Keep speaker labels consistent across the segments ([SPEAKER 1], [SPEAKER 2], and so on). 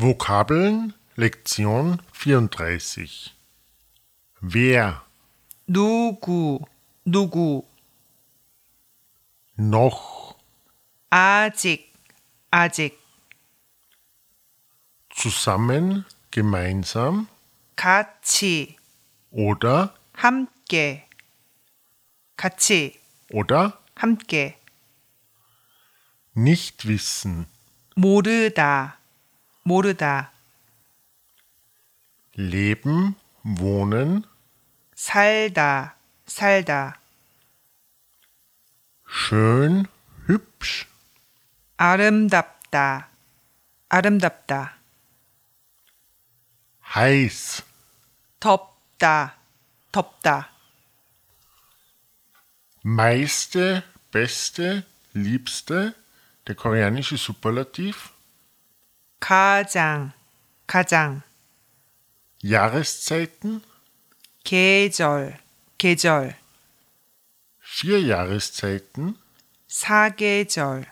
[SPEAKER 1] Vokabeln Lektion 34 Wer
[SPEAKER 2] 누구, 누구,
[SPEAKER 1] noch
[SPEAKER 2] 아직, 아직,
[SPEAKER 1] zusammen, gemeinsam
[SPEAKER 2] 같이,
[SPEAKER 1] oder
[SPEAKER 2] 함께, 같이,
[SPEAKER 1] oder
[SPEAKER 2] 함께,
[SPEAKER 1] nicht wissen,
[SPEAKER 2] 모르다, 모르다,
[SPEAKER 1] leben, wohnen,
[SPEAKER 2] 살다, 살다,
[SPEAKER 1] schön, hübsch,
[SPEAKER 2] 아름답다, 아름답다,
[SPEAKER 1] heiß,
[SPEAKER 2] 덥다, 덥다,
[SPEAKER 1] meiste, beste, liebste, der koreanische Superlativ,
[SPEAKER 2] 가장, 가장,
[SPEAKER 1] Jahreszeiten,
[SPEAKER 2] 계절, 계절,
[SPEAKER 1] vier Jahreszeiten,
[SPEAKER 2] 사계절,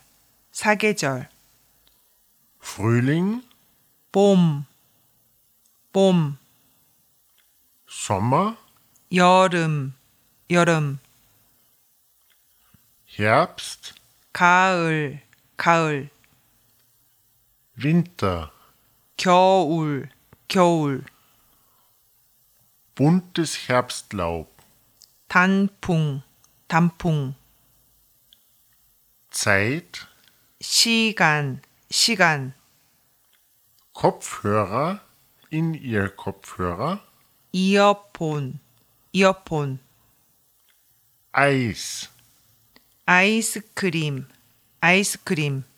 [SPEAKER 2] 사계절,
[SPEAKER 1] Frühling,
[SPEAKER 2] 봄, 봄,
[SPEAKER 1] Sommer,
[SPEAKER 2] 여름, 여름,
[SPEAKER 1] Herbst,
[SPEAKER 2] 가을, 가을,
[SPEAKER 1] Winter,
[SPEAKER 2] 겨울, 겨울,
[SPEAKER 1] buntes Herbstlaub,
[SPEAKER 2] 단풍, 단풍,
[SPEAKER 1] Zeit,
[SPEAKER 2] 시간, 시간,
[SPEAKER 1] Kopfhörer, In-Ear-Kopfhörer,
[SPEAKER 2] 이어폰, 이어폰,
[SPEAKER 1] Eis,
[SPEAKER 2] 아이스크림, 아이스크림,